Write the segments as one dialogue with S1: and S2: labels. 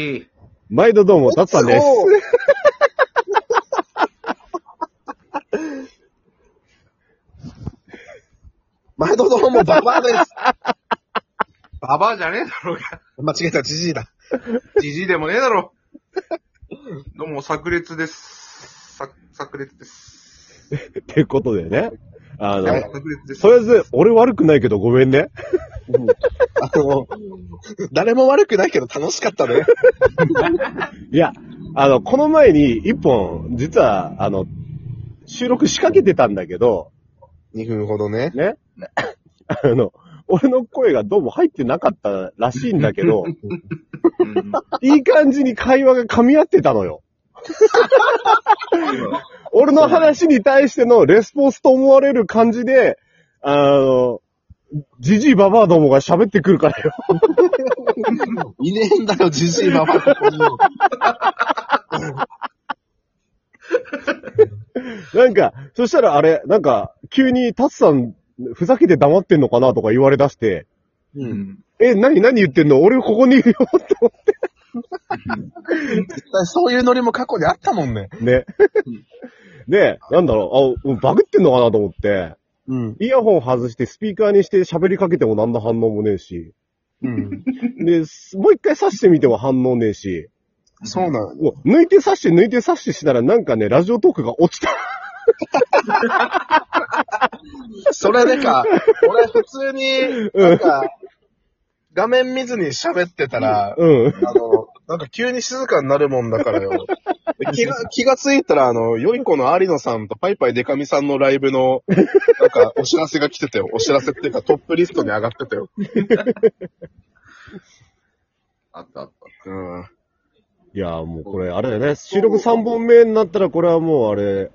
S1: うん。
S2: 毎度どうも、たつさんです。
S3: おー毎度どうも、ババアです。
S1: ババアじゃねえだ ろうが。
S3: 間違えた、じじいだ。
S1: じじいでもねえだろ。どうも、炸裂です。さ、炸裂です。
S2: ってことでね。あ
S1: どうも
S2: の、
S1: 炸裂です。
S2: とりあえず、俺悪くないけどごめんね。
S3: あの、誰も悪くないけど楽しかったね。
S2: いや、あの、この前に一本、実は、あの、収録仕掛けてたんだけど、
S3: 2分ほどね。
S2: ね。あの、俺の声がどうも入ってなかったらしいんだけ ど、
S1: うん
S2: いい感じに会話が噛み合ってたのよ。俺の話に対してのレスポンスと思われる感じで、あの、じじいばばあどもが喋ってくるからよ。
S3: いねえんだよ、じじいババアここに。
S2: なんか、そしたらあれ、なんか、急にタツさん、ふざけて黙ってんのかなとか言われ出して、
S3: う。
S1: うんん。
S2: え、何何言ってんの俺ここにいるよ って思
S3: 絶対そういうノリも過去にあったもんね。
S2: ってね。で、なんだろう、あ、バグってんのかなと思って、
S3: うん。
S2: イヤホン外してスピーカーにして喋りかけても何の反応もねえし、
S3: うん。
S2: で、すもう一回刺してみても反応ねえし、
S3: そうなの。
S2: もう抜いて刺して抜いて刺してしたらなんかね、ラジオトークが落ちた。
S3: それで か、俺普通に、なんか、画面見ずに喋ってたら、
S2: うん。
S3: あの、なんか急に静かになるもんだから よ。で気が、気がついたら、あの、良い子の有野さんとパイパイデカミさんのライブの、なんか、お知らせが来てたよ。お知らせっていうか、トップリストに上がってたよ。
S1: あったあっ
S3: うん。
S2: いや、もうこれ、あれだよね。収録3本目になったら、これはもうあれ、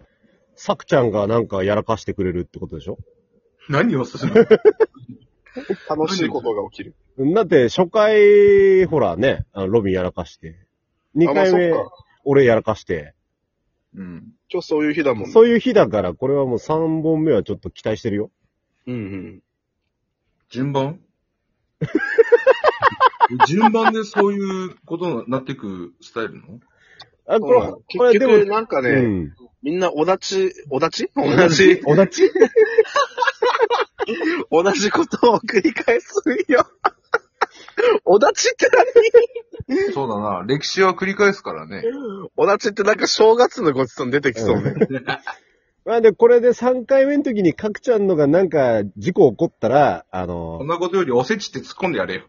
S2: さくちゃんがなんかやらかしてくれるってことでしょ
S1: た。何をするの
S3: 楽しいことが起きる。
S2: だって、初回、ほらね、あのロビンやらかして。2
S3: あまあ
S2: 回
S3: そっ
S2: 目、
S3: か
S2: 俺やらかして。
S1: うん。
S3: 今日そういう日だもんね。
S2: そういう日だから、これはもう3本目はちょっと期待してるよ。
S3: うんうん。
S1: 順 番順番でそういうことになってくスタイルの
S2: あ、これ、こ
S3: 結
S2: れで
S3: 局、
S2: も、
S3: なんかね、
S2: うん。
S3: みんな同じ、同じ 同じ、
S2: おだち
S3: 同じことを繰り返すよ。 おだちって
S1: そうだな。歴史は繰り返すからね。
S3: 何おだちってなんか正月のごちそうに出てきそうね。
S2: まあで、これで3回目の時に、かくちゃんのがなんか、事故起こったら、あ
S1: そ
S2: の
S1: ん、なことよりおせちって突っ込んでやれよ。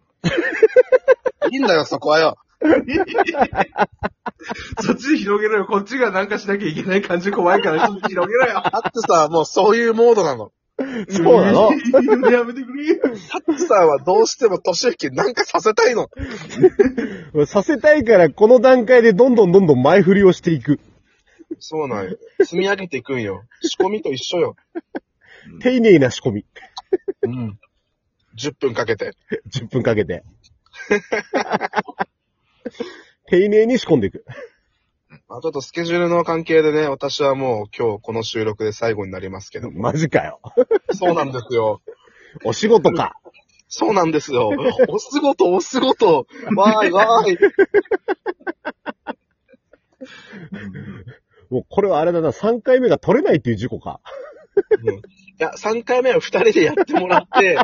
S3: いいんだよ、そこはよ。
S1: そっちで広げろよ。こっちがなんかしなきゃいけない感じ怖いから、そっち広げろ よ。
S3: だってさ、もうそういうモードなの。
S2: そう なの
S1: のやめてくれよ。
S3: タッツさんはどうしても年引きなんかさせたいの。
S2: させたいから、この段階でどんどんどんどん前振りをしていく。
S3: そうなんよ。積み上げていくんよ。仕込みと一緒よ。
S2: 丁寧な仕込み。
S3: うん。10分かけて。
S2: 10分かけ て。丁寧に仕込んでいく。
S3: まあ、ちょっとスケジュールの関係でね、私はもう今日この収録で最後になりますけど。
S2: マジかよ。
S3: そうなんですよ。
S2: お仕事か。
S3: そうなんですよ。お仕事、お仕事。わーい、わーい。
S2: もうこれはあれだな、3回目が取れないっていう事故か。
S3: うんいや、3回目は2人でやってもらって、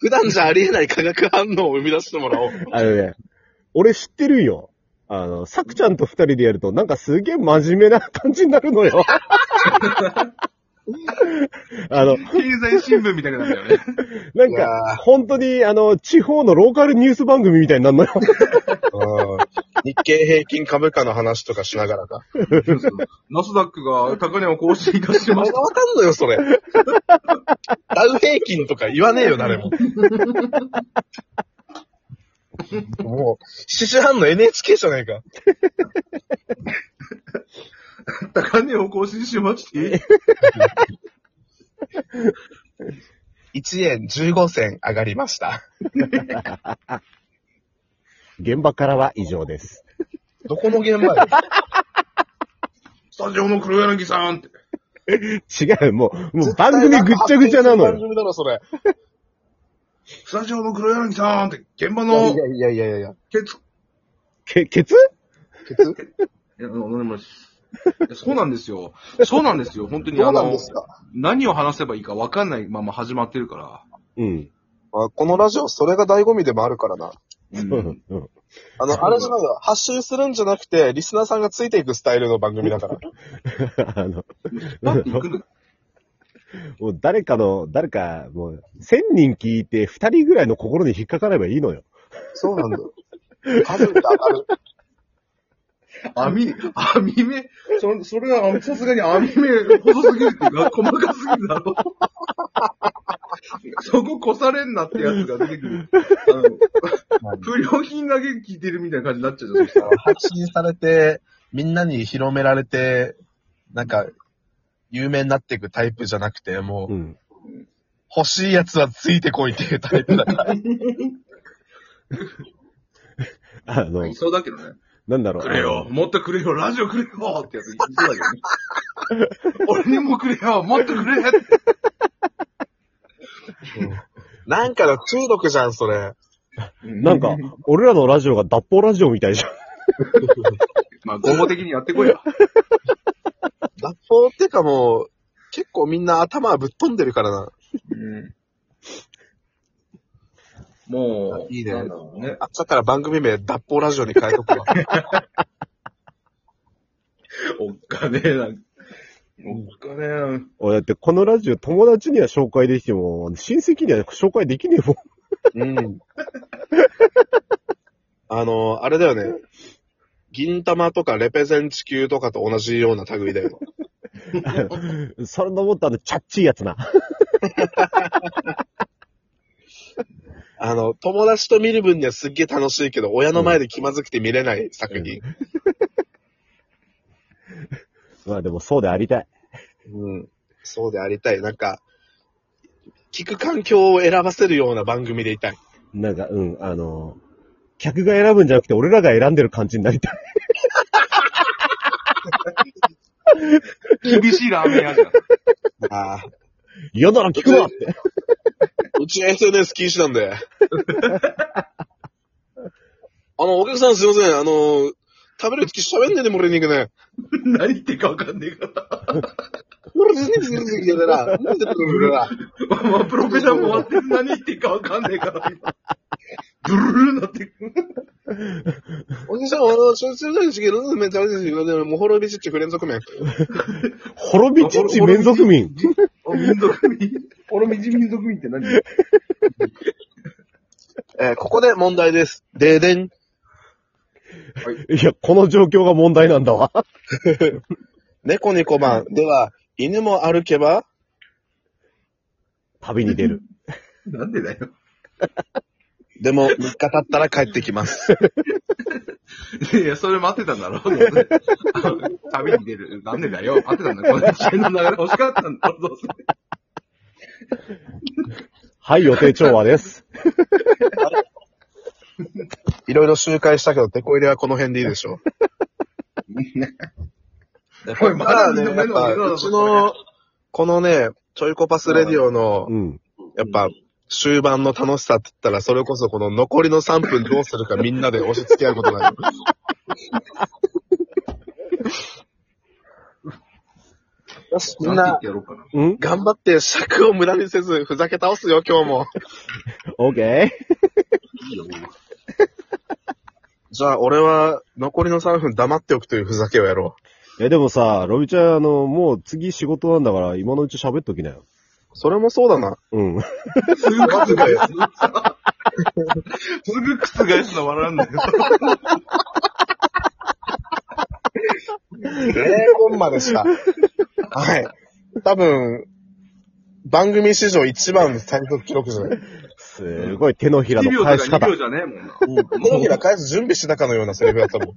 S3: 普段じゃありえない化学反応を生み出してもらおう。
S2: あのね、俺知ってるんよ。あの、さくちゃんと二人でやると、なんかすげえ真面目な感じになるのよ。 あの、
S1: 経済新聞みたいになるよね。
S2: なん
S3: いや
S2: か、本当に、あの、地方のローカルニュース番組みたいになるの よ。
S3: 日経平均株価の話とかしながらか。
S1: ナスダックが高値を更新化して
S3: あ
S1: ま
S3: れ
S1: し
S3: がわかんのよ、そ れ。ダウ平均とか言わねえよ、誰も。もう、7時半の NHK じゃないか。
S1: た。高値を更新しまして。
S3: 1円15銭上がりました。
S2: 現場からは以上です。
S3: どこの現場よ。
S1: スタジオの黒柳さんって。
S2: 違う、もう、もう番組ぐっちゃぐちゃなの
S3: 番
S2: よ。
S3: 組だろ、それ。
S1: スタジオの黒柳さんって。現場
S3: いや
S1: の
S3: いやいやいやいや。
S1: ケツ、
S2: け、ケツ
S1: いや、でもでもいやそうなんですよ。そうなんですよ。本当に、
S3: ど
S1: あ
S3: うなん
S1: の
S3: で、すか、
S1: 何を話せばいいか分かんないまま始まってるか
S2: うん。
S3: まあ、このラジオ、それが醍醐味でもあるからな。
S1: ら。う
S2: うん ん。うん。
S1: そう
S3: あの、あれじゃないよ。発信するんじゃなくて、リスナーさんがついていくスタイルの番組だから。
S2: あの、
S1: パッて行くの。
S2: もう誰かの、誰か、もう、千人聞いて二人ぐらいの心に引っかかればいいのよ。
S3: そうなんだよ。数が上がる。
S1: 網、網目、そそれは、さすがに網目細すぎるっていうか、細かすぎるだろ。そこ越されんなってやつが出てくる。あの、不良品だけ聞いてるみたいな感じになっちゃうじゃん。そしたら
S3: 発信されて、みんなに広められて、なんか、有名になっていくタイプじゃなくて、もう、
S2: ん。
S3: 欲しいやつはついてこいっていうタイプだから。
S2: あの、
S1: いそうだけどね。
S2: なんだろう。
S1: くれよ、もっとくれよ、ラジオくれよってやついそうだけどね。俺にもくれよ、もっとくれって。
S3: なんかの中毒じゃん、それ。
S2: なんか、俺らのラジオが脱法ラジオみたいじゃん。
S1: まあ、合法的にやってこいよ。
S3: 脱法ってかもう、結構みんな頭ぶっ飛んでるからな。
S1: もう、
S3: いいね
S1: なんだろうね。
S3: 朝から番組名、脱法ラジオに変えとくわ。
S1: おっかねえな。おっかねえな。
S2: 俺だってこのラジオ友達には紹介できても、親戚には紹介できねえもん。
S3: うん。あの、あれだよね。銀玉とかレペゼン地球とかと同じような類だよ。
S2: それのもっとあの、チャッチーやつな。
S3: あの、友達と見る分にはすっげえ楽しいけど、親の前で気まずくて見れない作品。
S2: まあでもそうでありたい。
S3: うん。そうでありたい。なんか、聞く環境を選ばせるような番組でいたい。
S2: なんか、うん、あの、客が選ぶんじゃなくて俺らが選んでる感じになりたい。
S1: 厳しいラーメン屋じゃん。
S3: あ あ。
S2: 嫌なら聞くなって。
S3: うち SNS 禁止なんで。 あの、お客さんすいません。あの、食べる時喋んねえでモーニングね。
S1: 何言ってるかわかんねえから。
S3: 俺全然全然聞いてないな。なんでブルブルだ。
S1: まあ、プロペシャンも終わって何言ってるかわかんねえから。ブルルルなってくる。
S3: お客さん、あの、それそれだけしげるめっちゃあれですけど、もう滅びちっちフレンズ組合。
S2: 滅びちっち民族民。
S1: あ民族民。俺みじ民族民って何
S3: えーここで問題です。ででん。
S2: いや、この状況が問題なんだわ。
S3: 猫に小判。では、犬も歩けば
S2: 旅に出る。
S1: なんでだよ。
S3: でも、3日経ったら帰ってきます。
S1: いや、それ待ってたんだろ。旅に出る。なんでだよ。待ってたんだ。この一連の流れ欲しかったんだろ。どうせ
S2: はい、予定調和です。
S3: いろいろ周回したけど、テこ入れはこの辺でいいでし ょう。
S1: おい、まだ認め
S3: ね、
S1: る
S3: やっぱ、
S1: の
S3: うちの、このね、ちょいこパスレディオ の
S2: う、ん。
S3: やっぱ、終盤の楽しさって言ったら、それこそこの残りの3分どうするかみんなで押し付け合うことになる。 よし、みん
S1: なん
S3: な
S1: て言っ、てやろうかな。
S2: うん
S3: 頑張って尺を無駄にせず、ふざけ倒すよ、今日も。
S2: オッケー
S1: いいよ。
S3: じゃあ、俺は、残りの3分黙っておくというふざけをやろう。
S2: え、でもさ、ロビちゃん、あの、もう次仕事なんだから、今のうち喋っときなよ。
S3: それもそうだな。
S2: うん。
S1: すぐ覆す。すぐ覆すの笑わんだよ。
S3: 0コンマでした。 はい。多分、番組史上一番最速記録じゃない。
S2: すごい手のひら
S1: 1
S2: の
S1: 秒
S2: 返
S1: と
S2: し
S1: か2
S2: 方。
S1: 秒じゃねえもんな。
S3: 手のひら返す準備してたかのようなセリフだったもん。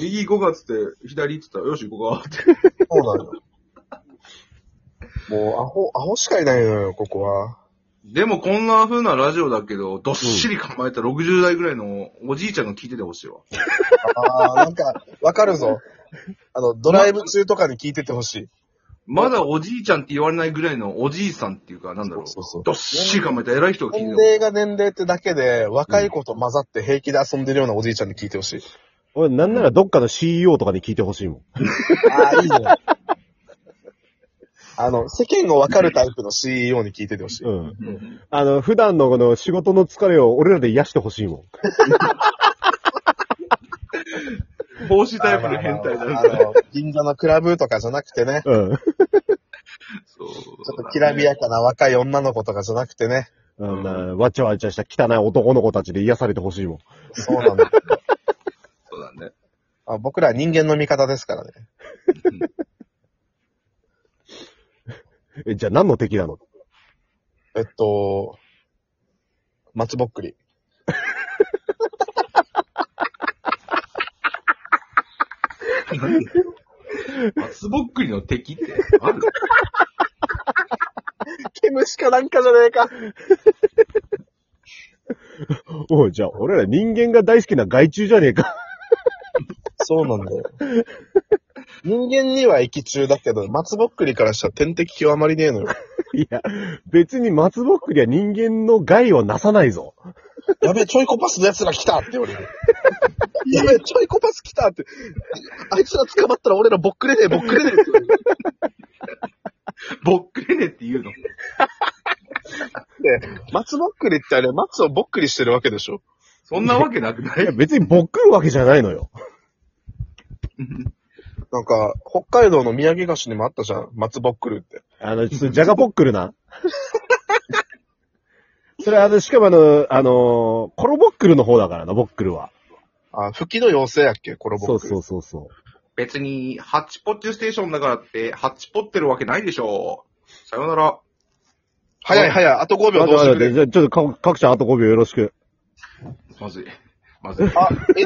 S1: 右行こうかっつって、左っつったら、よし行こうかって。
S3: そうなのよ。もう、アホ、アホしかいないのよ、ここは。
S1: でもこんな風なラジオだけど、どっしり構えた60代ぐらいのおじいちゃんが聞いててほしいわ。
S3: ああ、なんか、わかるぞ。あの、ドライブ中とかに聞いててほしい。
S1: まだおじいちゃんって言われないぐらいのおじいさんっていうか、なんだろう。
S3: そうそうそう
S1: どっしり構えた偉い人が聞い
S3: 年
S1: てる。
S3: 齢が年齢ってだけで、若い子と混ざって平気で遊んでるようなおじいちゃんに聞いてほしい。
S2: 俺、なんならどっかの CEO とかに聞いてほしいもん。
S3: ああ、いいね。 あの、世間を分かるタイプの CEO に聞いててほしい。
S2: うん。
S1: うん
S2: あの、普段のこの仕事の疲れを俺らで癒してほしいもん。
S1: 帽子タイプの変態だ
S3: あ
S1: な。
S3: のあの、銀座のクラブとかじゃなくてね、
S2: うん。
S1: そう。ち
S3: ちょっときらびやかな若い女の子とかじゃなくてね、
S2: あんな、わちゃわちゃした汚い男の子たちで癒されてほしいもん。
S3: そうなん だ。
S1: そうだね。
S3: あ僕らは人間の味方ですからね。
S2: え、じゃあ何の敵なの
S3: えっと、松ぼっくり。
S1: 松ぼっくりの敵ってある
S3: 毛虫かなんかじゃねえか。
S2: おい、じゃあ俺ら人間が大好きな害虫じゃねえか。
S3: そうなんだよ。人間には液中だけど、松ぼっくりからしたら天敵極まりねえのよ。
S2: いや、別に松ぼっくりは人間の害をなさないぞ。
S3: やべえ、ちょいコパスの奴ら来たって俺に。やべえ、ちょいコパス来たって。あいつら捕まったら俺らぼっくれねえ、ぼっくれねえって
S1: ぼっくれねって言うの。
S3: 言って。松ぼっくりってあれ、松をぼっくりしてるわけでしょ
S1: そんなわけなくない
S2: いや、別にぼっくるわけじゃないのよ。
S3: なんか、北海道の宮城菓子にもあったじゃん。松ぼっくりって。
S2: あの、ちょっとジャガポックルな。それあの、しかもあの、あの、コロボックルの方だからな、ボックルは。
S3: あ、吹きの妖精やっけこれぼっく
S2: そ
S3: り。
S2: うそうそうそ
S1: 別に、ハッチポッチステーションだからって、ハッチポってるわけないでしょう。さよなら。
S3: 早い早い、あと5
S2: う。
S3: 秒
S2: 待
S3: ど
S2: っ待っ
S3: うしててくれ
S2: て、
S3: る
S2: じゃあちょっとか、かくちゃんあと5秒よろしく。
S1: まずい。まずい。
S3: あ、え